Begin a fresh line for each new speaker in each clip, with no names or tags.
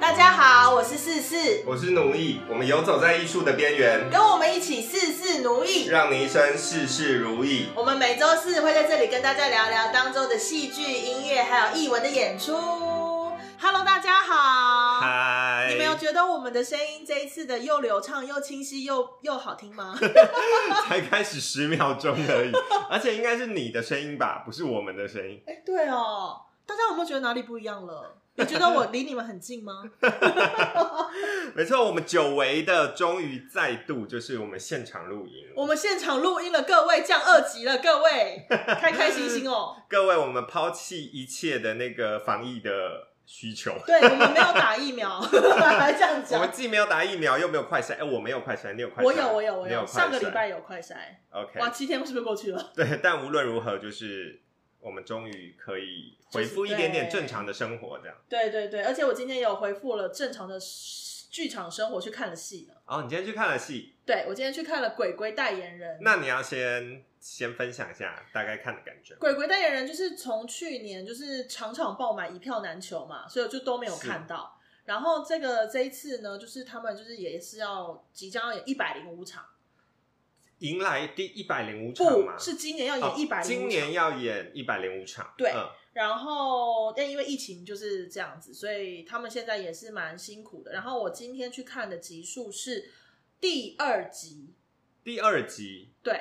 大家好，我是四四，
我是奴役，我们游走在艺术的边缘，
跟我们一起事事奴役。
让你一生事事如意。
我们每周四会在这里跟大家聊聊当周的戏剧、音乐还有艺文的演出。Hello，大家好。
嗨
你们有觉得我们的声音这一次的又流畅又清晰又又好听吗？
才开始十秒钟而已，而且应该是你的声音吧，不是我们的声音。
哎、对哦，大家有没有觉得哪里不一样了？你觉得我离你们很近吗？
没错，我们久违的终于再度就是我们现场录音了。
我们现场录音了，各位降二级了，各位开开心心哦。
各位，我们抛弃一切的那个防疫的需求，
对我们没有打疫苗， 还这样
我
讲
们。既没有打疫苗，又没有快筛。哎、我没有快筛，你有快筛？啊
我有，我有，我
你有
有。
快筛。
上个礼拜有快筛，
OK，
哇，七天是不是过去了？
对，但无论如何，就是我们终于可以恢复一点点正常的生活，这样。
对对对，而且我今天有恢复了正常的剧场生活，去看了戏了。
哦，你今天去看了戏，
对我今天去看了《鬼鬼代言人》。
那你要先先分享一下大概看的感觉。
鬼鬼代言人就是从去年就是场场爆满，一票难求嘛，所以我就都没有看到。然后这个这一次呢，就是他们就是也是要即将要演一百零五场，
迎来第一百零五场吗？
不是今年要
哦
演一百零
今
五场
年。要演一百零五场。
对
嗯
然后，但因为疫情就是这样子，所以他们现在也是蛮辛苦的。然后我今天去看的集数是第二集，
第二集。
对，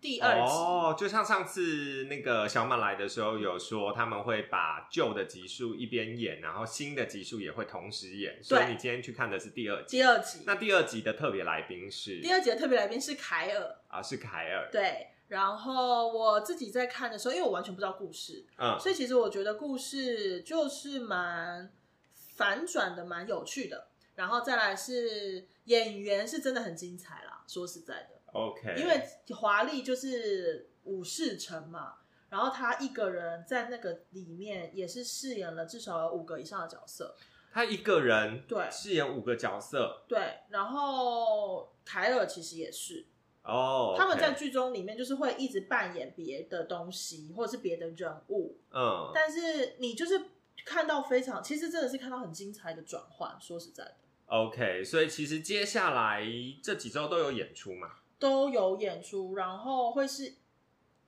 第二集，
哦，就像上次那个小马来的时候有说，他们会把旧的集数一边演，然后新的集数也会同时演。所以你今天去看的是第二集。
第二集。
那第二集的特别来宾是
第二集的特别来宾是凯尔，
啊，是凯尔。
对。然后我自己在看的时候，因为我完全不知道故事，
嗯，
所以其实我觉得故事就是蛮反转的，蛮有趣的。然后再来是演员是真的很精彩啦，说实在的。
OK，
因为华丽就是武士城嘛，然后他一个人在那个里面也是饰演了至少有五个以上的角色，
他一个人
对
饰演五个角色
对，然后凯尔其实也是，
哦，
他们
OK
在剧中里面就是会一直扮演别的东西或者是别的人物，
嗯，
但是你就是看到非常，其实真的是看到很精彩的转换，说实在的。
OK，所以其实接下来这几周都有演出嘛，
都有演出，然后会是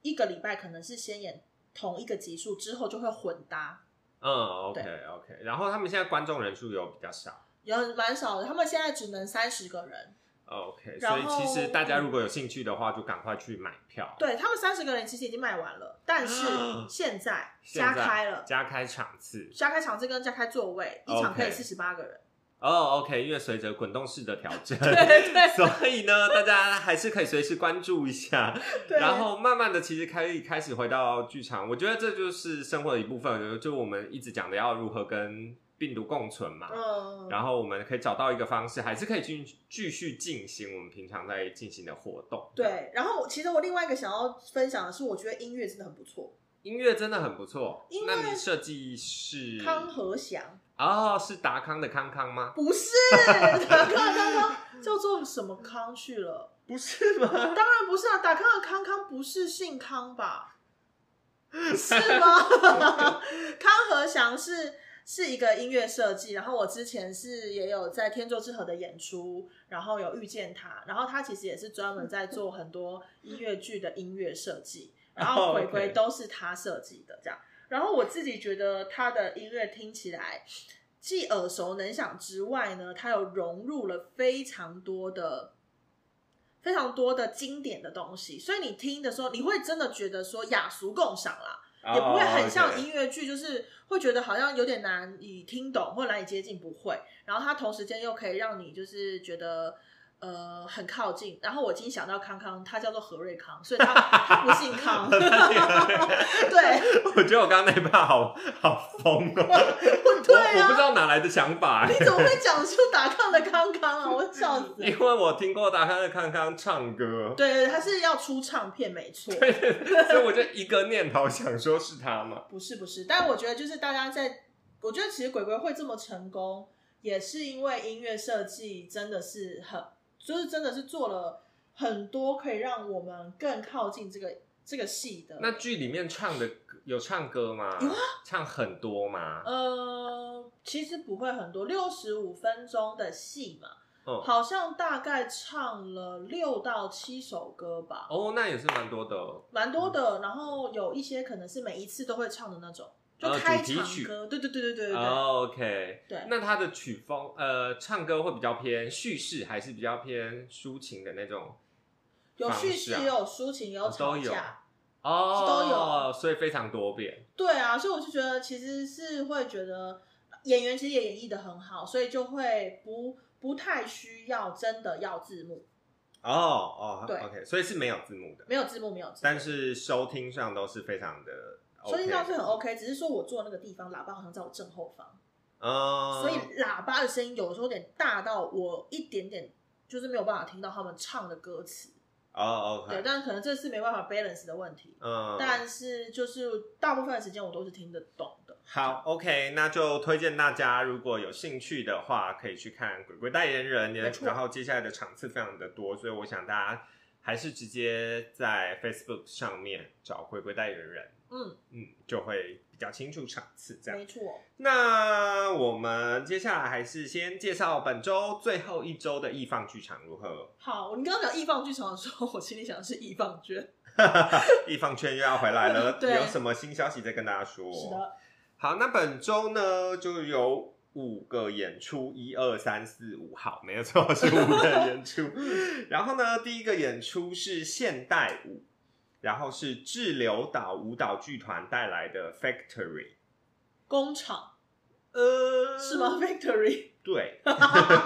一个礼拜，可能是先演同一个集数，之后就会混搭，
嗯，OK OK，然后他们现在观众人数有比较少
有蛮少的，他们现在只能三十个人。
，OK，所以
然
其
后嗯
实大家如果有兴趣的话，就赶快去买票，
对他们三十个人其实已经卖完了，但是现在
啊现
加
在
开了，
加开场次
加开场次跟加开座位，一场可以
OK
四十八个人。
哦，OK，因为随着滚动式的调整，
对对
所以呢，大家还是可以随时关注一下。
对，
然后慢慢的，其实可以开始回到剧场，我觉得这就是生活的一部分，就我们一直讲的要如何跟病毒共存嘛。
嗯，
然后我们可以找到一个方式，还是可以继续继续进行我们平常在进行的活动。，
对，然后其实我另外一个想要分享的是，我觉得音乐真的很不错，
音乐真的很不错
音。乐
那你设计是
康和祥
哦，是达康的康康吗？
不是 达康的康康叫做什么康去了？
不是吗？
当然不是啊，达康的康康不是姓康吧？ 是吗？康和祥是是一个音乐设计，然后我之前是也有在天作之合的演出，然后有遇见他，然后他其实也是专门在做很多音乐剧的音乐设计，然后
哦
鬼
，OK
鬼都是他设计的这样。然后我自己觉得他的音乐听起来既耳熟能详之外呢，他有融入了非常多的。非常多的经典的东西，所以你听的时候，你会真的觉得说雅俗共赏啦，
哦
也不会很像音乐剧，就是会觉得好像有点难以听懂或难以接近，不会。然后它同时间又可以让你就是觉得呃很靠近。然后我已经想到康康，他叫做何瑞康，所以 他他不姓康。 对，
哦。OK 我觉得我刚刚那一趴好 好疯哦，我
对
我不知
啊，
道哪来的 想法。欸
你怎么会讲出打抗的康康啊？我笑死了。
因为我听过达康的康康唱歌，
对对，对他是要出唱片，没 错。
所以我就一个念头想说是 他嘛。
不是不是，但我觉得就是大家在，我觉得其实鬼鬼会这么成功，也是因为音乐设计真的是很，就是真的是做了很多可以让我们更靠近这个这个戏的。
那剧里面唱的有唱歌吗？
有啊，
唱很多吗？
呃，其实不会很多，六十五分钟的戏嘛，
嗯，
好像大概唱了六到七首歌吧，
哦，那也是蛮多的。哦
蛮多的。然后有一些可能是每一次都会唱的那种，就
呃
开
主题
场
曲
歌，对对对对对对对。
哦 OK，
对
那他的曲风，呃，唱歌会比较偏叙事，还是比较偏抒情的那种？
有
方
叙
式
事，
啊
也有抒情，也有
哦
吵
都有
架。
哦，所以非常多变。
对啊，所以我就觉得其实是会觉得演员其实也演绎的很好，所以就会不不太需要真的要字幕，
哦哦，
对
，OK，所以是没有字幕的，
没有字幕没有字幕，
但是收听上都是非常的 OK
收
的，
听到是很 OK，只是说我坐的那个地方喇叭好像在我正后方，
哦，
所以喇叭的声音有时候有点大到我一点点就是没有办法听到他们唱的歌词，
哦
对，
，OK，
但可能这是没办法 balance 的问题，
嗯，
但是就是大部分的时间我都是听得懂的。
好，OK，那就推荐大家，如果有兴趣的话，可以去看《鬼鬼代言人
没》，错
然后接下来的场次非常的多，所以我想大家还是直接在 Facebook 上面找《鬼鬼代言人》，
嗯，
嗯，就会比较清楚场次这样
没。错，
那我们接下来还是先介绍本周最后一周的易放剧场如何？
好，你刚刚讲易放剧场的时候，我心里想 的是易放券，
易放圈又要回来了，
对
有什么新消息再跟大家说？
是的，
好，那本周呢就有五个演出，一二三四五，好，没有错， 是五个演 出。然后呢，第一个演出是现代舞，然后是滞留岛舞蹈剧团带来的 Factory，
工厂
呃，
是吗？？Victory，
对。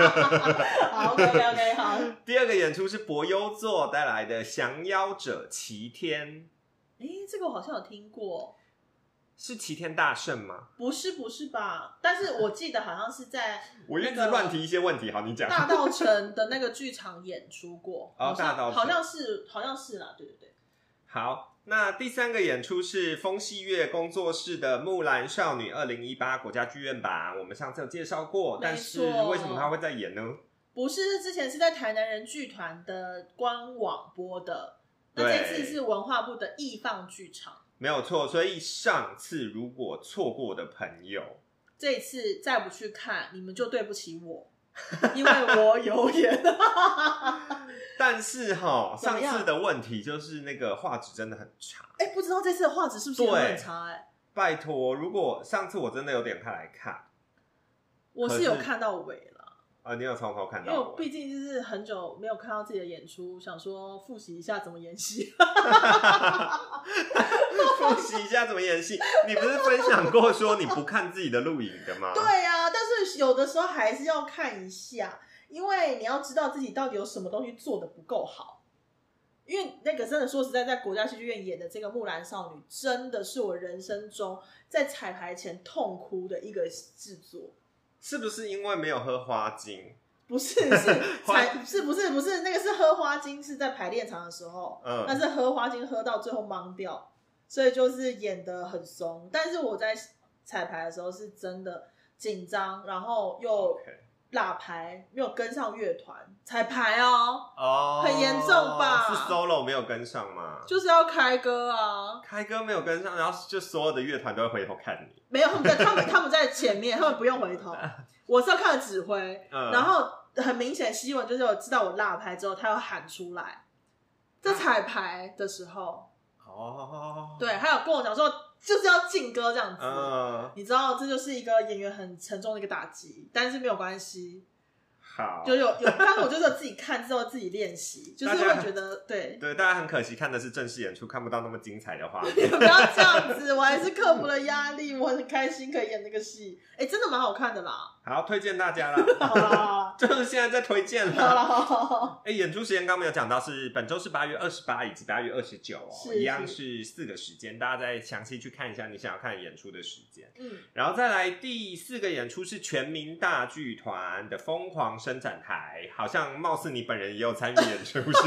好，OK OK OK，好。
第二个演出是博优座带来的《降妖者齐天》，
诶，这个我好像有听过，
是齐天大圣吗？
不是不是吧？但是我记得好像是在
我一直 乱提一些问题，好，你讲。
哦大道城的那个剧场演出过，
哦
好像
大道城
好像是好像是啦，对对对，
好，那第三个演出是风戏乐工作室的《木兰少女》二零一八国家剧院版，我们上次有介绍过，
没
但是为什么他会在演呢？
不是之前是在台南人剧团的官网播的，那
对
这次是文化部的艺放剧场，
没有错，所以上次如果错过的朋友，
这一次再不去看，你们就对不起 我，因为我有演。
但是哈，
怎么
上
样
次的问题就是那个画质真的很差。
哎、不知道这次的画质是不是也
对
很差、哎，
拜托，如果上次我真的有点开来看，
我
可
是
是
有看到尾了，
啊，你有从头看
因为
到
我
尾
毕竟就是很久没有看到自己的演出，想说复习一下怎么演 戏。
复习一下怎么演戏。你不是分享过说你不看自己的录影的吗？
对呀、但是有的时候还是要看一下，因为你要知道自己到底有什么东西做的不够好。因为那个真的说实在，在国家戏剧院演的这个《木兰少女》，真的是我人生中在彩排前痛哭的一个制作。
是不是因为没有喝花精？
不是 是
花
才是不是不是那个是喝花精是在排练场的时候，
嗯
但是喝花精喝到最后懵掉，所以就是演的很松。但是我在彩排的时候是真的紧张，然后又
OK
拉牌，没有跟上乐团彩排哦，
哦，
很严重吧
是 solo 没有跟上吗？
就是要开歌啊，
开歌没有跟上，然后就所有的乐团都会回头看你。
没有他们在他们他们在前面，他们不用回 头，我是要看指挥，
嗯，
然后很明显，希文就是有知道我落拍之后，他要喊出来，在彩排的时候，
哦，，
对，还有跟我讲说就是要劲歌这样子，
嗯，
你知道这就是一个演员很沉重的一个打击，但是没有关系，
好，
就有有，但是我就是有自己看之后自己练 习，就是
大家
会觉得 对，
对大家很可惜看的是正式演出，看不到那么精 彩的画
你
面。
们不要这样子，我还是克服了压力，我很开心可以演这个戏，哎、真的蛮好看的啦，
好，推荐 大家啦，
好啦
就是现在在推荐
好啦好啦
啦。
好啦好啦好啦，
哎，演出时间刚刚没有讲到，是本周是八月二十八以及八月二十九哦，
是
一样是四个时间，大家再详细去看一下你想要看演出的时间。
嗯，
然后再来第四个演出是全民大剧团的《疯狂伸展台》，好像貌似你本人也有参与演出，是不 是？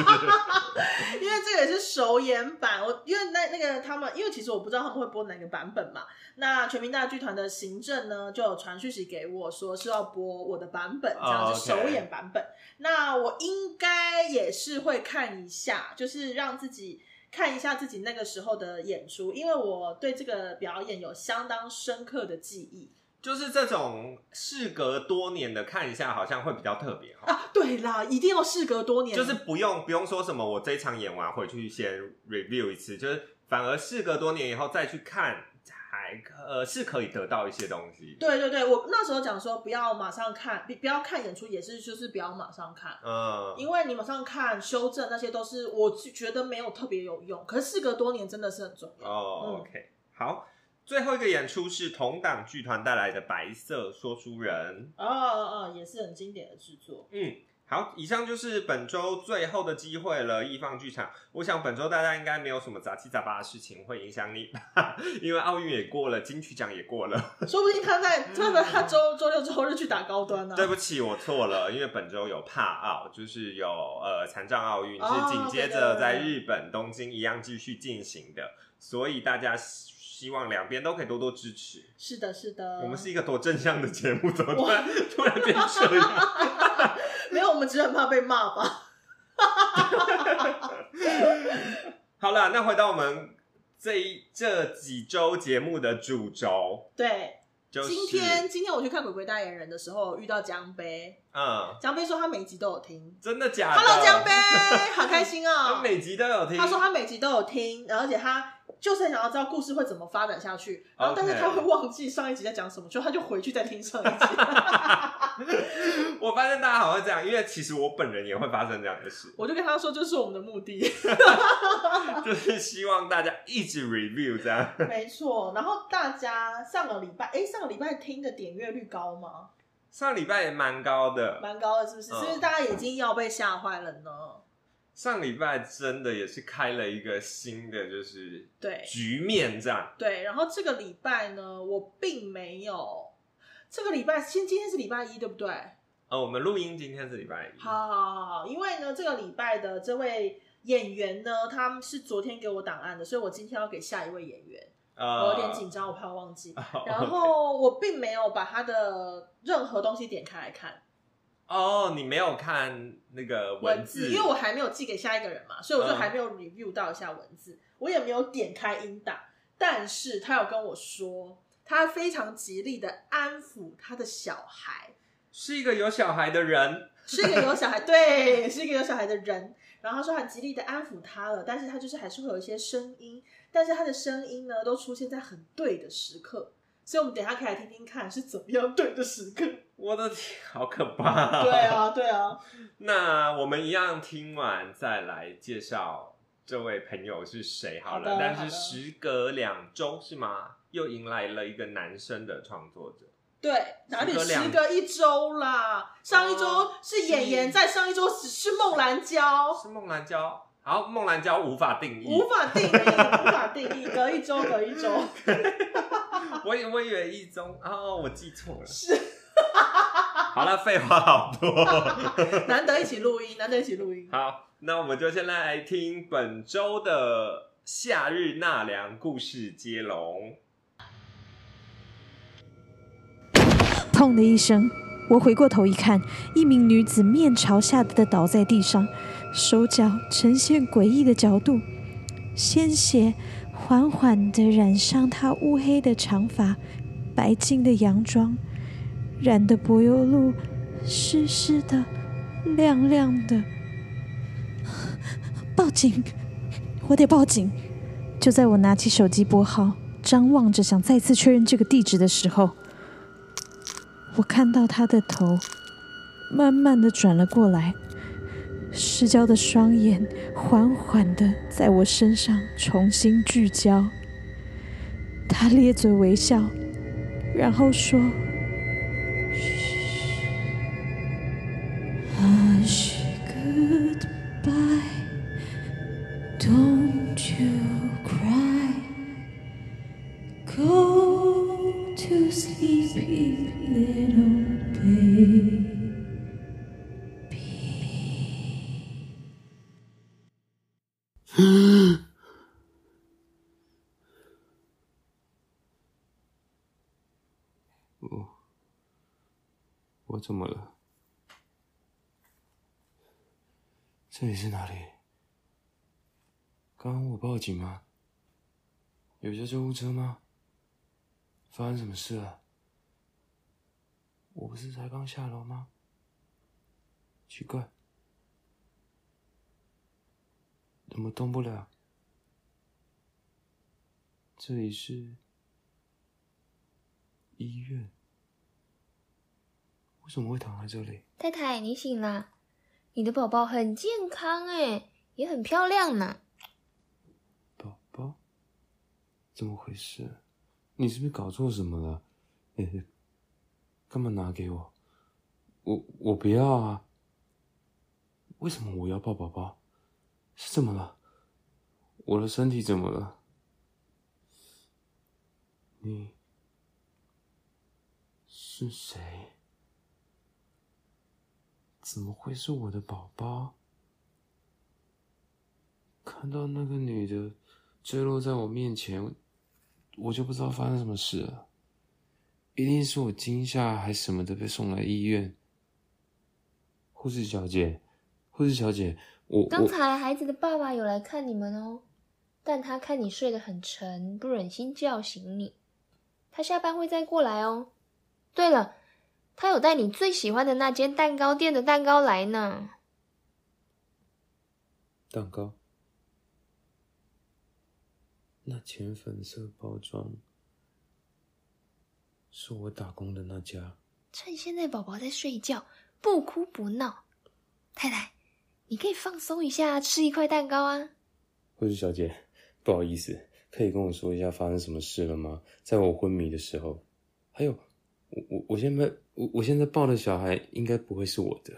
因为这个也是首演版，我因为那那个他们，因为其实我不知道他们会播哪个版本嘛。那全民大剧团的行政呢，就有传讯息给我说是要播我的版本，这样
哦
是首演版本。那我应该也是会看一下，就是让自己看一下自己那个时候的演出，因为我对这个表演有相当深刻的记忆。
就是这种事隔多年的看一下，好像会比较特别哈。
啊，对啦，一定要事隔多年，
就是不用不用说什么，我这一场演完回去先 review 一次，就是反而事隔多年以后再去看，还可呃是可以得到一些东西。
对对对，我那时候讲说不要马上看，不不要看演出，也是就是不要马上看，
嗯，
因为你马上看修正那些都是我觉得没有特别有用，可是事隔多年真的是很重要。嗯
哦，OK，好，最后一个演出是同党剧团带来的《白色说书人》。
哦哦哦，也是很经典的制作。
嗯，好，以上就是本周最后的机会了，易放剧场。我想本周大家应该没有什么杂七杂八的事情会影响你 吧，因为奥运也过了，金曲奖也 过了。
说不定他在，他在他周周六周日去打高端呢、
对不起，我错了，因为本周有帕奥，就是有呃残障奥运
哦
是紧接
对对
着
对
在日本东京一样继续进行的，所以大家希希望两边都可以多多支持。
是的，是的，
我们是一个多正向的节目，怎么突
哇
然突然变这样？
没有，我们只是很怕被骂吧。
好了，那回到我们这一这几周节目的主轴，
对，
就是
今天今天我去看《鬼鬼代言人》的时候，遇到江杯，
嗯，
江杯说他每集都有听
真的假的
，Hello 江杯，好开心
他
哦。
每集都有听，
他说他每集都有听，而且他就是很想要知道故事会怎么发展下去，然后但是
OK
他会忘记上一集在讲什么，就他就回去再听上一 集。
我发现大家好像这样，因为其实我本人也会发生这样的事，
我就跟他说，这是我们的目的。
就是希望大家一直 review 这样。
没错，然后大家上个礼拜，哎，上个礼拜听的点阅率高吗？
上礼拜也蛮高的，
蛮高的，是不是？
嗯
是不是大家已经要被吓坏了呢？
上礼拜真的也是开了一个新的就是
对
局面这样。
对，然后这个礼拜呢，我并没有。这个礼拜，今今天是礼拜一，对不对？
呃，我们录音今天是礼拜一，
好好好好，因为呢，这个礼拜的这位演员呢，他们是昨天给我档案的，所以我今天要给下一位演员。
呃，
我有点紧张，我怕我忘记。
哦。
然后我并没有把他的任何东西点开来看。
哦，你没有看那个
文
字，
因为我还没有寄给下一个人嘛，所以我就
嗯
还没有 review 到一下文字，我也没有点开音档，但是他有跟我说，他非常极力的安抚他的小孩，
是一个有小孩的人，
是一个有小孩，对，是一个有小孩的人，然后他说很极力的安抚他了，但是他就是还是会有一些声音，但是他的声音呢，都出现在很对的时刻。所以，我们等一下可以来听听看是怎么样对的时刻。
我的天，好可怕。
对，啊，对啊，
那我们一样听完再来介绍这位朋友是谁好了。
好的
但
好
是
的
时隔两周是吗？又迎来了一个男生的创作者，
对，哪里
时隔
时
两
隔一周啦？上一周啊
哦
是演员，
是
在上一周是是孟兰娇，
是孟兰娇。好，孟兰娇无法定义，
无法定义，无法定义，隔一周，隔一周，
我以我以为一中哦，我记错了。
是
好了，废话好多。
难得一起录音，难得一起录音。
好，那我们就先来听本周的夏日纳凉故事接龙。
痛的一声，我回过头一看，一名女子面朝下的倒在地上，手脚呈现诡异的角度，鲜血缓缓地染上她乌黑的长发、白净的洋装，染得柏油路湿湿的、亮亮的。报警！我得报警！就在我拿起手机拨号，张望着想再次确认这个地址的时候，我看到他的头慢慢的转了过来，失焦的双眼缓缓的在我身上重新聚焦。他咧嘴微笑，然后说：“嘘，Hush goodbye, don't you cry.” Go to sleep, little baby.
哦我怎么了？这里是哪里？刚刚我报警吗？有叫救护车吗？发生什么事了？我不是才刚下楼吗？奇怪，怎么动不了？这里是医院，为什么会躺在这里？
太太，你醒啦！你的宝宝很健康哎，也很漂亮呢。
宝宝，怎么回事？你是不是搞错什么了？嘿嘿干嘛拿给我？我我不要啊！为什么我要抱宝宝？是怎么了？我的身体怎么了？你是谁？怎么会是我的宝宝？看到那个女的坠落在我面前，我就不知道发生什么事了。一定是我惊吓还什么的被送来医院。护士小姐，护士小姐，我
刚
我
才孩子的爸爸有来看你们哦，但他看你睡得很沉，不忍心叫醒你。他下班会再过来哦。对了，他有带你最喜欢的那间蛋糕店的蛋糕来呢。
蛋糕，那浅粉色包装是我打工的那家。
趁现在宝宝在睡觉，不哭不闹，太太，你可以放松一下，吃一块蛋糕啊。
护士小姐，不好意思，可以跟我说一下发生什么事了吗？在我昏迷的时候，还有，我我我现在我我现在抱的小孩应该不会是我的，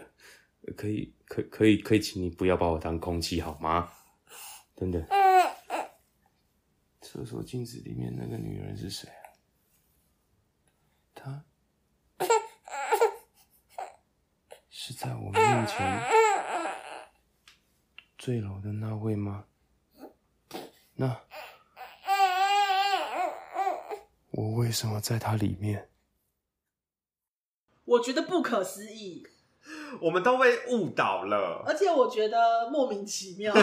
呃可以可可以可以，请你不要把我当空气好吗？等等，厕所镜子里面那个女人是谁啊？她是在我面前坠楼的那位吗？那我为什么在它里面？
我觉得不可思议，
我们都被误 导了。
而且我觉得莫名其妙。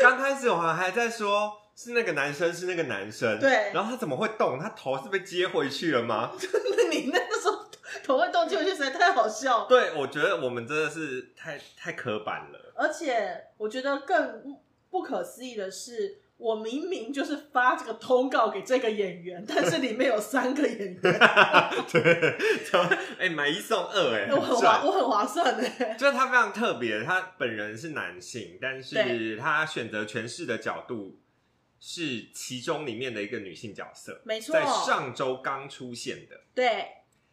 刚开始我还还在说是那个男生，是那个男生，
对
然后他怎么会动？他头是被接回去了 吗？
那你那个时候头会动，结果就实在太好笑。
对，我觉得我们真的是太太刻板 了。
而且我觉得更不可思议的是，我明明就是发这个通告给这个演员，但是里面有三个演员，
对，怎么哎、买一送 二、哎，
我
很
很
赚
划，我很划算的。
就是他非常特别，他本人是男性，但是
对
他选择诠释的角度是其中里面的一个女性角色，
没错
在，上周刚出现的。
对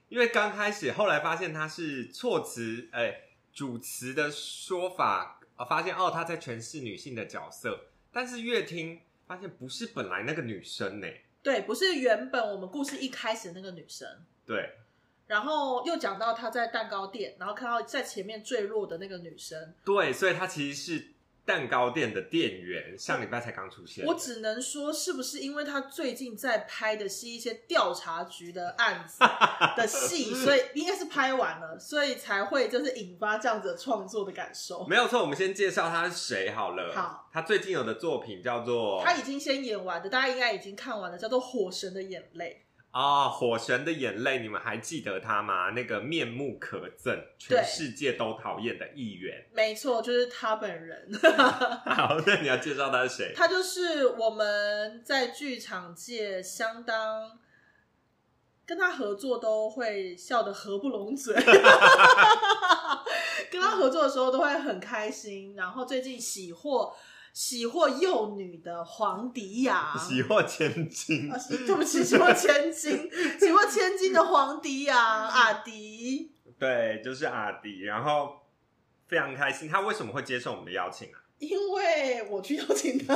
因为刚开始，后来发现他是措辞，哎、主词的说法，啊，发现哦，他在诠释女性的角色，但是越听发现不是本来那个女生呢、
对，不是原本我们故事一开始那个女生。
对，
然后又讲到她在蛋糕店，然后看到在前面坠落的那个女生，
对，所以他其实是蛋糕店的店员，上礼拜才刚出现。
我只能说，是不是因为她最近在拍的是一些调查局的案子的戏，所以应该是拍完了，所以才会就是引发这样子的创作的感受。
没有错，我们先介绍他是谁好了。
好，
他最近有的作品叫做
她已经先演完的，大家应该已经看完了，叫做《火神的眼泪
啊、火神的眼泪》，你们还记得他吗？那个面目可憎，全
对
世界都讨厌的议员》。。
没错，就是她本人。
好，那你要介绍他是谁？
他就是我们在剧场界相当跟他合作都会笑得合不拢 嘴，跟他合作的时候都会很开心。然后最近喜获喜获幼女的黄迪雅，
喜获千金
啊，对不起，喜获千 金，喜获千金的黄迪雅阿迪，
对，就是阿迪，然后非常开心。他为什么会接受我们的邀请啊？啊
因为我去邀请他，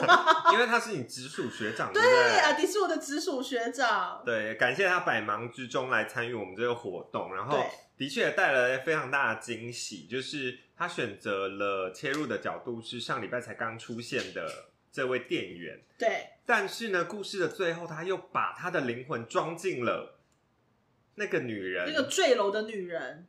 因为他是你直属学长，对不
对，啊阿
对？
迪是我的直属学长，
对，感谢他百忙之中来参与我们这个活动，然后
对
的确带来非常大的惊喜，就是他选择了切入的角度是上礼拜才刚出现的这位店员，
对。
但是呢，故事的最后他又把他的灵魂装进了那个女人，
那个坠楼的女人，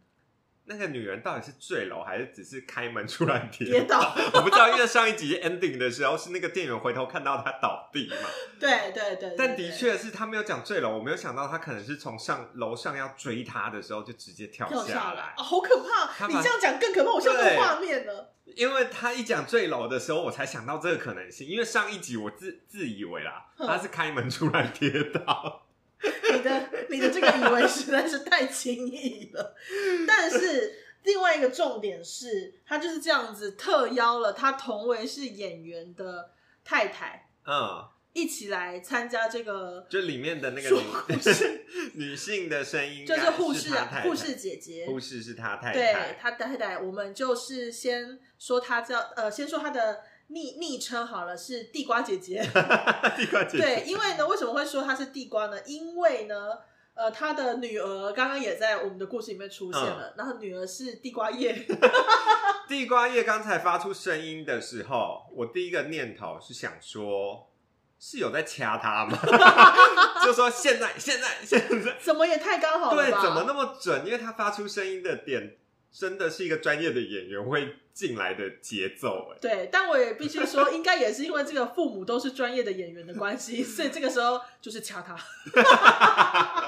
那个女人到底是坠楼还是只是开门出来跌
跌倒？
我不知道，因为上一集 ending 的时候是那个店员回头看到她倒地嘛，
对对对，对
但的确是他没有讲坠楼，我没有想到他可能是从上楼上要追她的时候就直接跳
对跳
下
下
来
来，哦，好可怕！
他
你
把
这样讲更可怕，我现在
对
有画面了。
因为他一讲坠楼的时候，我才想到这个可能性。因为上一集我自自以为啦，
嗯
他是开门出来跌 倒，
你的你的这个以为实在是太轻易了，但是另外一个重点是，他就是这样子特邀了他同为是演员的太太
嗯，
一起来参加这个，
就里面的那个
说
女 女性的声音
就
感，
是护士
她太
啊，
太
护士姐姐，
护士是他太
对
太，
他太太，我们就是先说他叫呃，先说他的昵昵称好了，是地瓜姐姐。
地瓜姐姐
对，因为呢，为什么会说她是地瓜呢？因为呢，呃，她的女儿刚刚也在我们的故事里面出现了，
嗯
然后女儿是地瓜叶，
地瓜叶刚才发出声音的时候，我第一个念头是想说，是有在掐 他吗？就说现在，现在，现在，
怎么也太刚好了
对，
吧？
怎么那么准？因为他发出声音的点，真的是一个专业的演员会进来的节奏、哎，
对，但我也必须说，应该也是因为这个父母都是专业的演员的关 系，所以这个时候就是掐他。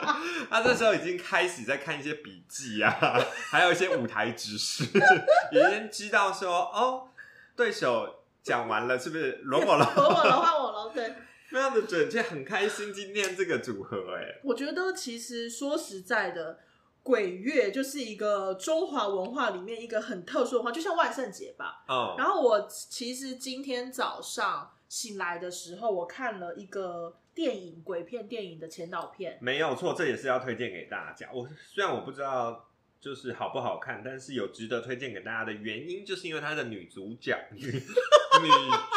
他这时候已经开始在看一些笔记啊， 还有一些舞台 指示，已经知道说，哦，对手讲完了，是不是轮我
我我
了？
了，换我了，对。
非常的准确，很开心今天这个组合、哎。
我觉得其实说实在的，鬼月就是一个中华文化里面一个很特殊的话，就像万圣节吧。
哦，
然后我其实今天早上醒来的时候，我看了一个电影鬼片电影的前导片，
没有错，这也是要推荐给大家。我虽然我不知道就是好不好看，但是有值得推荐给大家的原因，就是因为它的女主角， 女女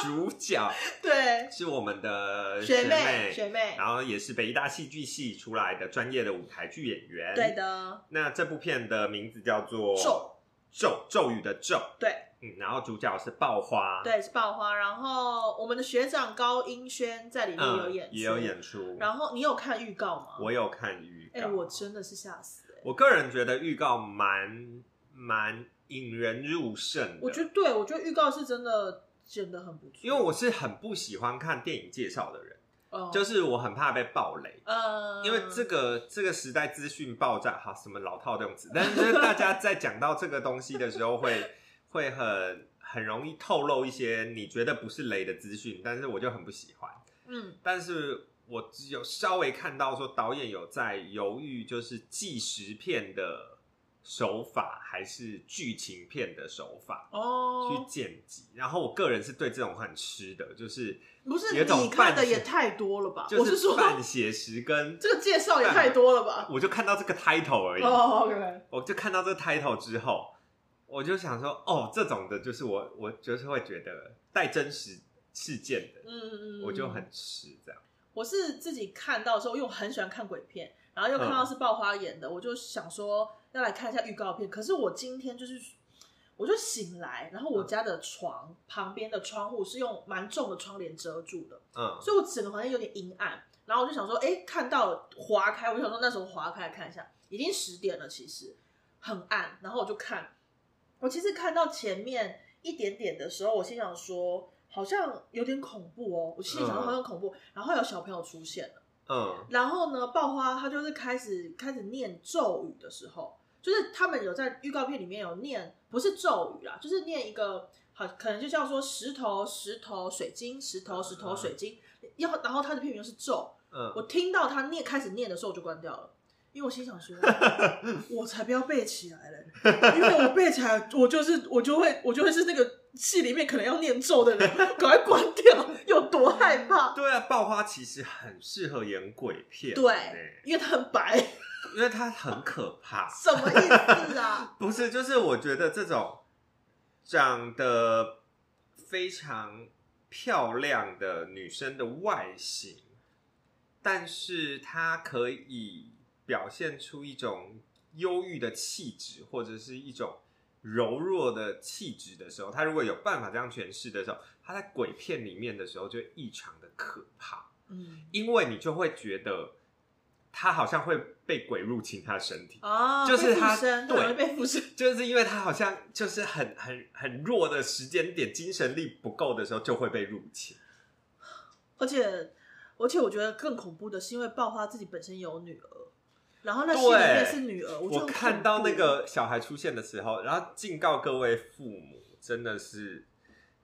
主角
对，
是我们的
学
呃妹，
妹学妹，
然后也是北医大戏剧系出来的专业的舞台剧演员。
对。的，
那这部片的名字叫做
咒
咒咒语的咒，
对
嗯，然后主角是爆花，，
对是爆花。然后我们的学长高英轩在里面有
嗯，
演、
也有。演出。
然后你有看预告吗？
我有看预
啊哎、
告，
我真的是吓死、欸。
我个人觉得预告蛮蛮引人入胜的，
我觉得对，我觉得预告是真的剪得很不错，
因为我是很不喜欢看电影介绍的人，
哦
就是我很怕被暴雷。
呃，
因为这个这个时代资讯爆炸，哈，什么老套这种词，但是就是大家在讲到这个东西的时候会会很很容易透露一些你觉得不是雷的资讯，但是我就很不喜欢。
嗯
但是我只有稍微看到说导演有在犹豫，就是纪实片的手法还是剧情片的手法去
哦，
剪辑。然后我个人是对这种很吃的，就是
不是
有一种
你看
半
的
写
也太多了吧？
就
我是说
半写实 跟
这个介绍也太多了吧？
我就看到这个 title 而已，
哦，OK，
我就看到这个 title 之后，我就想说，哦，这种的就是我我就是会觉得带真实事件的，
嗯嗯嗯，
我就很吃这样。
我是自己看到的时候，因为我很喜欢看鬼片，然后又看到是爆花演的，我就想说要来看一下预告片。可是我今天就是，我就醒来，然后我家的床旁边的窗户是用蛮重的窗帘遮住的，
嗯
所以我整个房间有点阴暗。然后我就想说，哎，看到了划开，我想说那时候划开来看一下，已经十点了，其实很暗。然后我就看，我其实看到前面一点点的时候，我心想说，好像有点恐怖哦，我心里想说
嗯
好像恐怖。然后有小朋友出现了，
嗯
然后呢，爆花他就是开始开始念咒语的时候，就是他们有在预告片里面有念，不是咒语啦，就是念一个好，可能就像说石头石头水晶石头石头水晶，要然后他的片名是咒，我
嗯，
听到他念开始念的时候我就关掉了。因为我心想说，我才不要背起来嘞！因为我背起来，我就是我就会我就会是那个戏里面可能要念咒的人，赶快关掉，有多害怕？
对啊，爆花其实很适合演鬼片，
对，，因为他很白，
因为它很可怕。
什么意思 啊？
不是，就是我觉得这种长得非常漂亮的女生的外形，但是她可以表现出一种忧郁的气质，或者是一种柔弱的气质的时候，她如果有办法这样诠释的时候，她在鬼片里面的时候就异常的可怕。
嗯，
因为你就会觉得他好像会被鬼入侵他的身体，
哦，
就是
被
他
附身，
对
很容易 被附身，
就是因为他好像就是很很很弱的时间点，精神力不够的时候就会被入侵。
而且而且我觉得更恐怖的是，因为爆花自己本身有女儿，然后那戏里面
对
是女儿，我觉得
我
很
看到那
恐怖
个小孩出现的时候，然后警告各位父母，真的是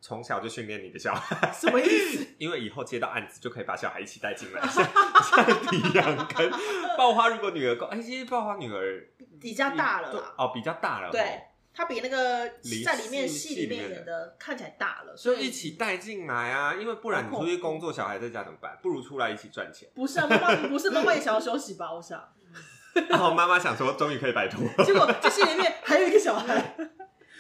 从小就训练你的小孩，
什么意思？
因为以后接到案子就可以把小孩一起带进来，像像迪阳跟 爆花，如果女儿够，哎，其实爆花女儿
比较大了
对
啦，
哦，比较大了，
对，他比那个
离
在里面
戏
戏里
戏里
面
面
演的看起来大了，
就
所以
一起带进来啊，因为不然你出去工作，小孩在家怎么办？不如出来一起赚钱。
不是啊，妈妈不是妈妈也想要休息吧？我 想，
然后哦妈妈想说，终于可以摆脱。
结果这戏里面还有一个小孩，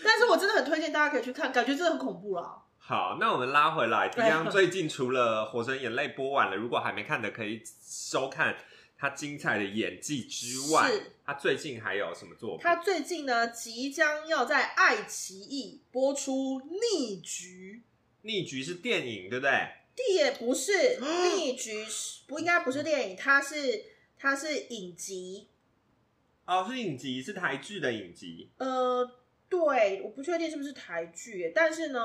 但是我真的很推荐大家可以去看，感觉真的很恐怖啊啦。
好，那我们拉回来，迪
对
央最近除了《火神眼泪》播完了，如果还没看的可以收看他精彩的演技之外
是，
他最近还有什么作品？
他最近呢，即将要在爱奇艺播出《逆局》。
逆局是电影，对不对？
地也不是，逆局是不应该不是电影，它是它是影集。
哦，是影集，是台剧的影集。
呃，对，我不确定是不是台剧耶，但是呢，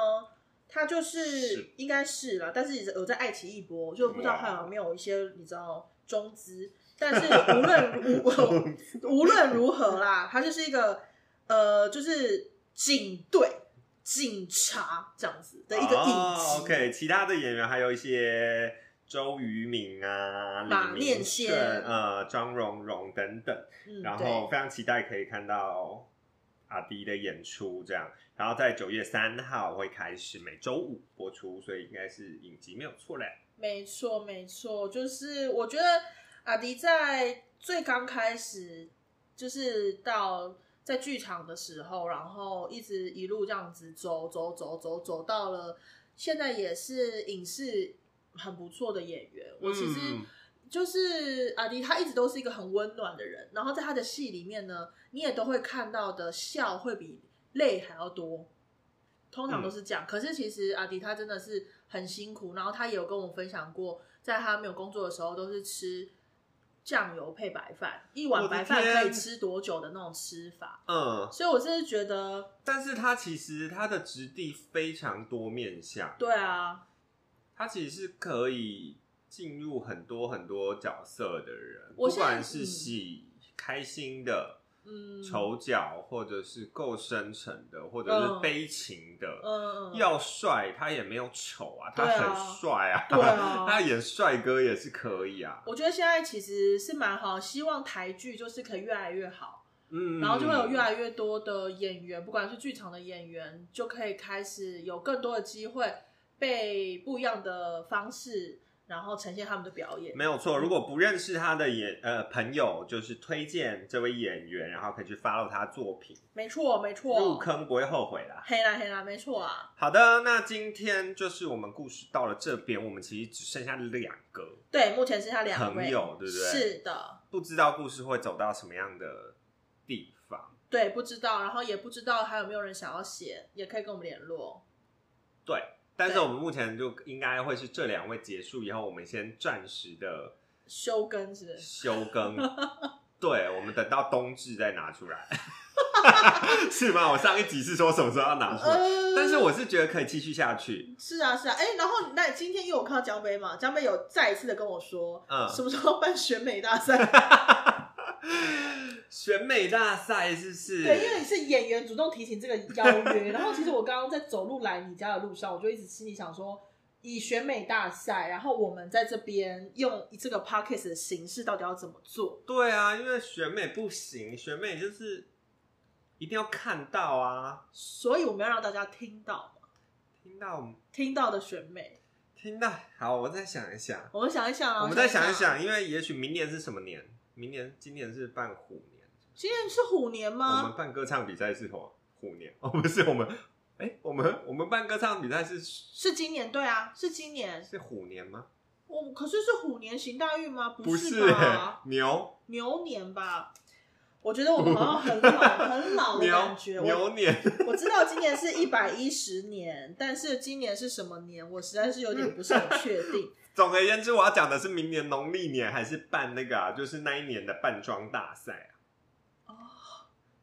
它就是
是
应该是啦，但是有在爱奇艺播，就不知道
哇
它有没有一些你知道中 资，但是无论如 无论如何啦，它就是一个呃，就是警队警察这样子的一个影集。
哦 OK，其他的演员还有一些周渝民啊、
马
李
念
明
先
顺、呃、张荣荣等等。
嗯，
然
对
后非常期待可以看到阿迪的演出，这样。然后在九月三号会开始每周五播出，所以应该是影集没有错嘞。
没错，没错，就是我觉得阿迪在最刚开始，就是到在剧场的时候，然后一直一路这样子走走走走走到了现在，也是影视很不错的演员。我其实
嗯
就是阿迪，他一直都是一个很温暖的人，然后在他的戏里面呢，你也都会看到的笑会比泪还要多，通
嗯
常都是这样。可是其实阿迪他真的是很辛苦，然后他也有跟我分享过，在他没有工作的时候都是吃酱油配白饭，一碗
我的
白饭可以
天
吃多久的那种吃法。
嗯，
所以我真的觉得，
但是它其实它的质地非常多面向，
对啊，
它其实是可以进入很多很多角色的人，
我
不
现在
管是喜、开心的。
嗯，
丑角，或者是够深沉的，或者
嗯
是悲情的，
嗯，嗯，
要帅他也没有丑啊，他
对啊
很帅啊，
对啊
他演帅哥也是可以啊，
我觉得现在其实是蛮好，希望台剧就是可以越来越好。
嗯，
然后就会有越来越多的演员，不管是剧场的演员，就可以开始有更多的机会被不一样的方式，然后呈现他们的表演。
没有错。如果不认识他的演呃朋友，就是推荐这位演员，然后可以去 follow 他作品，
没错，没
入
错，
坑不会后悔啦。
黑啦黑啦，没错啊。
好的，那今天就是我们故事到了这边，我们其实只剩下两个，
对，目前剩下两位
朋友对不对
是的，
不知道故事会走到什么样的地方。
对，不知道，然后也不知道还有没有人想要写，也可以跟我们联络。
对，但是
对
我们目前就应该会是这两位结束以后，我们先暂时的
休更是不是？
休更。 对，我们等到冬至再拿出来， 是吗？我上一集是说什么时候要拿出来，
呃
但是我是觉得可以继续 下去。
是啊是啊，哎、然后那今天因为我看到江杯嘛，江杯有再一次的跟我说，
嗯
什么时候办选美大赛？
选美大赛是不是？
对，因为是演员主动提起这个邀 约，然后其实我刚刚在走路来你家的路上，我就一直心里想说，以选美大赛，然后我们在这边用这个 podcast 的形式，到底要怎么做？
对啊，因为选美不行，选美就是一定要看到啊，
所以我们要让大家听到嘛，
听到
听到的选美，
听到。好，我再想一想，
我们想一想啊，
我们再想
一
一想，，因为也许明年是什么年？明年今年是办虎年，
今年是虎年
我们
吗？
办歌唱比赛是什么？虎年？哦，不是我们，哎、我们我们办歌唱比赛是
是今年，对啊，是今年。
是虎年吗？
我可是是虎年行大运吗？
不
是
欸
吧？
牛
牛年吧。我觉得我们好像很 老很老的
牛
感觉。
牛
我
年，
我知道今年是一百一十年，但是今年是什么年，我实在是有点不是 很确定。
总而言之，我要讲的是明年农历年还是办那个啊，就是那一年的扮装大赛啊。
哦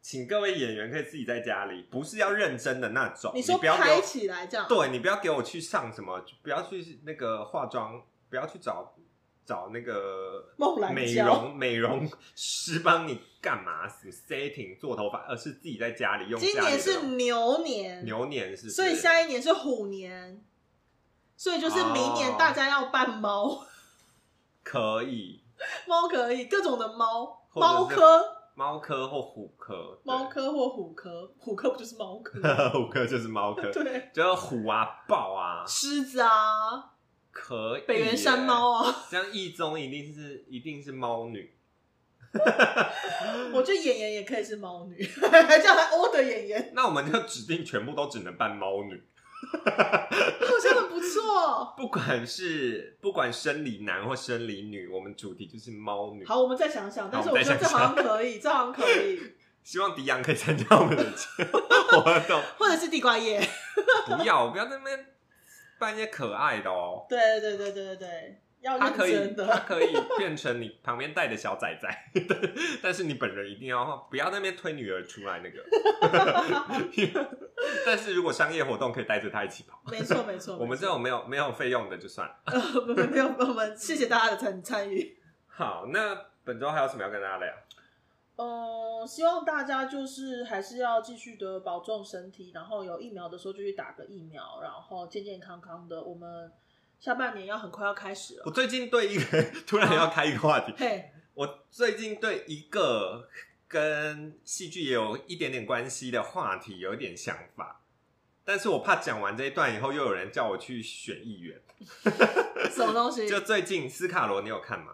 请各位演员可以自己在家里，不是要认真的那种。
你
你
说
不要给
拍
我，
起来这样，
对你不要给我去上什么，不要去那个化妆，不要去找找那个
梦兰
美
娇
容美容师帮你干嘛？什么 setting 做头发，而是自己在家里用家里
今
的东
年
西。
是牛年，
牛年是不是，
所以下一年是虎年，所以就是明年
哦
大家要扮猫，
可以
猫可以各种的猫，
或者是
猫科、
猫科或虎科，对
猫科或虎科，虎科不就是猫科？
虎科就是猫科，
对，
就是虎啊、豹啊，
狮子啊，
可以
北原山
啊。
猫啊，
这样一中一定是一定是猫女，
我觉得演员也可以是猫女， 还叫他 order 演员，
那我们就指定全部都只能扮猫女，
好像很不错。
不管是不管生理男或生理女，我们主题就是猫女。
好，我们再想想，但是
好
我
我们
觉得
再
这
想
好
想
像可以，这好像可以，
希望迪阳可以参加我们的节目活 动，
或者是地瓜叶。
不要不要在那边扮一些可爱的哦。
对对对对对对，要
它可以
认真，
它
的。
可以变成你旁边带的小仔仔， 但是你本人一定要不要在那边推女儿出来那个。 因为但是如果商业活动可以带着他一起跑，
没错没错，
我们这种没有没有费用的就算了。
没有没有，我们谢谢大家的参参与。
好，那本周还有什么要跟大家聊？
呃，希望大家就是还是要继续的保重身体，然后有疫苗的时候就去打个疫苗，然后健健康康的。我们下半年要很快要开始
我
了，
最近对一个 突然要开一个话题，
嘿，
我最近对一个跟戏剧也有一点点关系的话题有一点想法，但是我怕讲完这一段以后，又有人叫我去选议员。
什么东西？
就最近斯卡罗，你有看吗？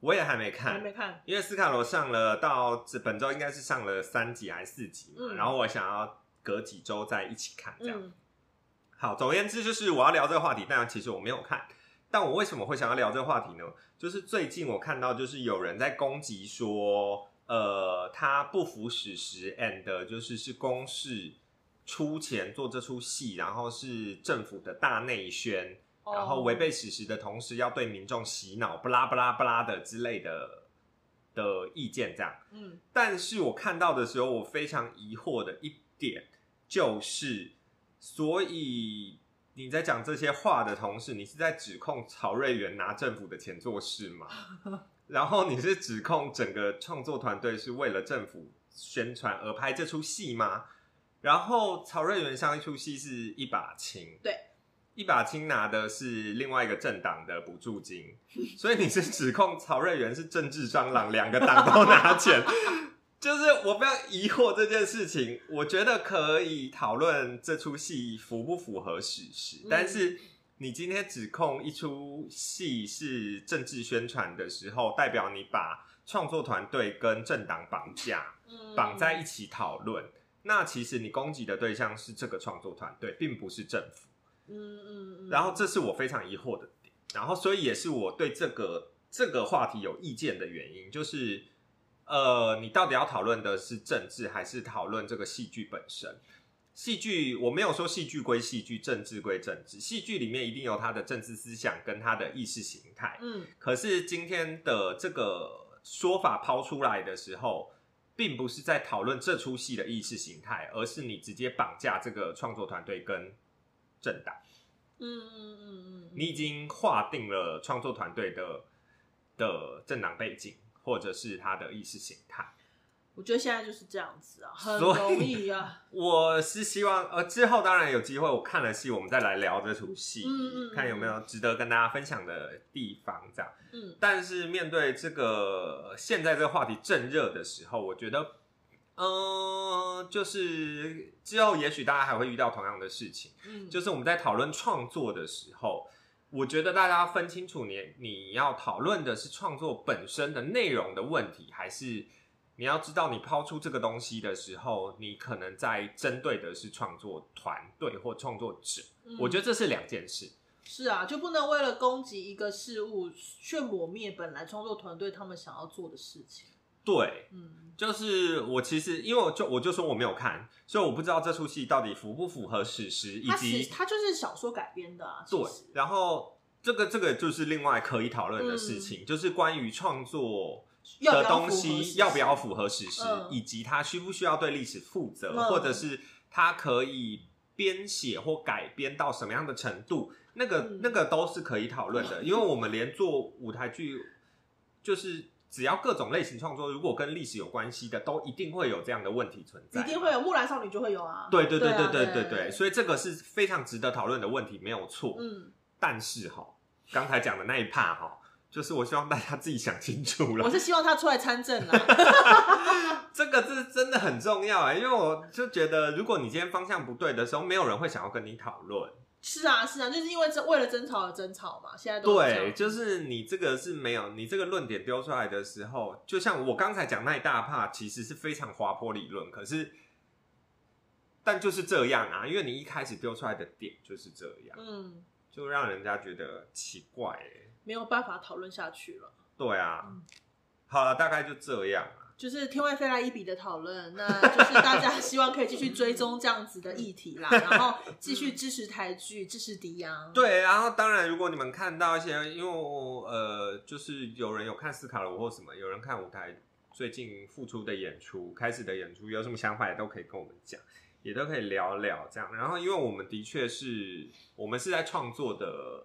我也还
还
没看，
没看，
因为斯卡罗上了到这本周应该是上了三集还是四集嘛，
嗯
然后我想要隔几周再一起看这样。
嗯，
好，总而言之就是我要聊这个话题，但其实我没有看。但我为什么会想要聊这个话题呢？就是最近我看到就是有人在攻击说，呃，他不符史实，and 就是是公示出钱做这出戏，然后是政府的大内宣，然后违背史实的同时，要对民众洗脑，不拉不拉不拉的之类的的意见这样。
嗯，
但是我看到的时候，我非常疑惑的一点就是，所以你在讲这些话的同时，你是在指控曹瑞元拿政府的钱做事吗？然后你是指控整个创作团队是为了政府宣传而拍这出戏吗？然后曹瑞元上一出戏是一把青，
对，
一把青拿的是另外一个政党的补助金， 所以你是指控曹瑞元是政治蟑螂，两个党都拿钱， 就是我非常疑惑这件事情。我觉得可以讨论这出戏符不符合史实，
嗯
但是你今天指控一出戏是政治宣传的时候，代表你把创作团队跟政党绑架，
嗯
绑在一起讨论。那其实你攻击的对象是这个创作团队，并不是政府。
嗯嗯嗯，
然后这是我非常疑惑的点，然后所以也是我对这个这个话题有意见的原因，就是呃，你到底要讨论的是政治，还是讨论这个戏剧本身？戏剧我没有说戏剧归戏剧，政治归政治，戏剧里面一定有它的政治思想跟它的意识形态。
嗯
可是今天的这个说法抛出来的时候，并不是在讨论这出戏的意识形态，而是你直接绑架这个创作团队跟政党。
嗯嗯嗯嗯，
你已经划定了创作团队的的政党背景，或者是他的意识形态。
我觉得现在就是这样子啊，很
所以
容易啊，
我是希望，呃，之后当然有机会，我看了戏，我们再来聊这出戏，
嗯嗯嗯
看有没有值得跟大家分享的地方，这样。
嗯
但是面对这个呃现在这个话题正热的时候，我觉得，嗯、就是之后也许大家还会遇到同样的事情。
嗯，
就是我们在讨论创作的时候，我觉得大家要分清楚你你要讨论的是创作本身的内容的问题，还是你要知道你抛出这个东西的时候，你可能在针对的是创作团队或创作者。
嗯
我觉得这是两件事。
是啊，就不能为了攻击一个事物，却抹灭本来创作团队他们想要做的事情。
对，
嗯，
就是我其实因为我就我就说我没有看，所以我不知道这出戏到底符不符合史实，以
它
及
其它就是小说改编的啊，其
对
实，
然后这个这个就是另外可以讨论的事情，就是关于创作
嗯要不
的
要符
东
合史
西
实
要不要符合史实，
嗯
以及它需不需要对历史负责，
嗯
或者是它可以编写或改编到什么样的程度，那个、
嗯
那个都是可以讨论 的，因为我们连做舞台剧就是。只要各种类型创作，如果跟历史有关系的，都一定会有这样的问题存在，
一定会有《木兰少女》就会有啊，
对对对
对啊
对
对
对对，所以这个是非常值得讨论的问题，没有错。
嗯，
但是哈，刚才讲的那一 part 哈，就是我希望大家自己想清楚
我
了。
是希望他出来参政啊，
这个是真的很重要啊、因为我就觉得，如果你今天方向不对的时候，没有人会想要跟你讨论。
是啊是啊，就是因为这为了争吵而争吵嘛，现在都是这
对，
样
就是你这个是没有，你这个论点丢出来的时候，就像我刚才讲那一大 part，其实是非常滑坡理论，可是。但就是这样啊，因为你一开始丢出来的点就是这样，
嗯，
就让人家觉得奇怪、欸。
没有办法讨论下去了。
对啊，
嗯
好了，大概就这样啊。
就是天外飞来一笔的讨论，那就是大家希望可以继续追踪这样子的议题 啦，然后继续支持台剧，支持迪阳。，
对，然后当然，如果你们看到一些，因为我呃，就是有人有看斯卡罗或什么，有人看舞台最近复出的演出、开始的演出，有什么想法也都可以跟我们讲，也都可以聊聊这样。然后，因为我们的确是我们是在创作的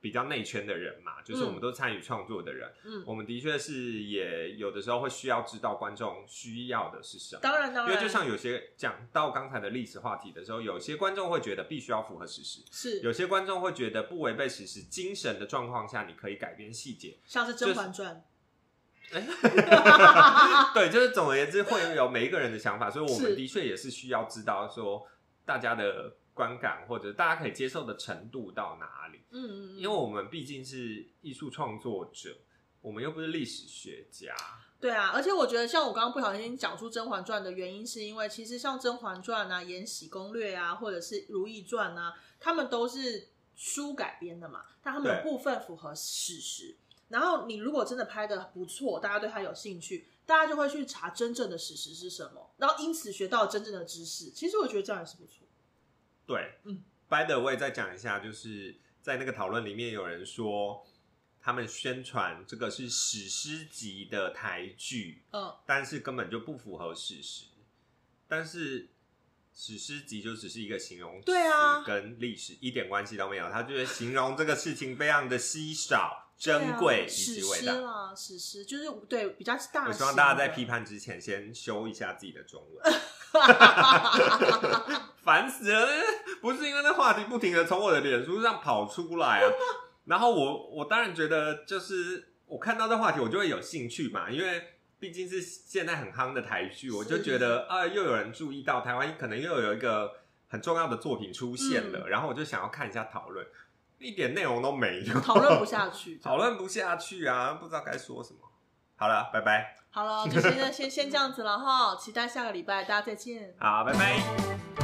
比较内圈的人嘛，就是我
嗯
们都参与创作的人，
嗯，
我们的确是也有的时候会需要知道观众需要的是什么。
当然当
因为
然，
就像有些讲到刚才的历史话题的时候，有些观众会觉得必须要符合史实，有
是
些观众会觉得不违背史实精神的状况下，你可以改变细节。
像是《甄嬛传 嗯
对，就是总而言之，会有每一个人的想法，所以我们
是
的确也是需要知道说大家的观感或者大家可以接受的程度到哪里，》，
嗯嗯，嗯
因为我们毕竟是艺术创作者，我们又不是历史学家。
对啊，而且我觉得像我刚刚不小心讲出《甄嬛传》的原因，是因为其实像《甄嬛传》啊、《延禧攻略》啊，或者是《如懿传》啊，他们都是书改编的嘛，但他们有
对
部分符合史实。然后你如果真的拍的不错，大家对它有兴趣，大家就会去查真正的史实是什么，然后因此学到真正的知识。其实我觉得这样也是不错。
对，
嗯
，by the way，再讲一下，就是在那个讨论里面，有人说他们宣传这个是史诗级的台剧，
嗯，
但是根本就不符合事实。但是史诗级就只是一个形容词，
对啊
跟历史一点关系都没有。他就是形容这个事情非常的稀少、珍
对
贵
啊
以
史
及伟
诗
大。
啦，史诗就是对比较大。
我希望大家在 批。判之前先修一下自己的中文，烦死了！ 不是因为那话题不停的从我的脸书上跑出来啊，然后我我当然觉得就是我看到这话题我就会有兴趣嘛，因为毕竟是现在很夯的台剧，我就觉得啊、又有人注意到台湾可能又有一个很重要的作品出现了，
嗯
然后我就想要看一下讨论，一点内容都没有，
讨论不下去，
讨论不下去啊，不知道该说什么。好了，拜拜。
好了，就先先先这样子了哈，期待下个礼拜大家再见。
好，拜拜。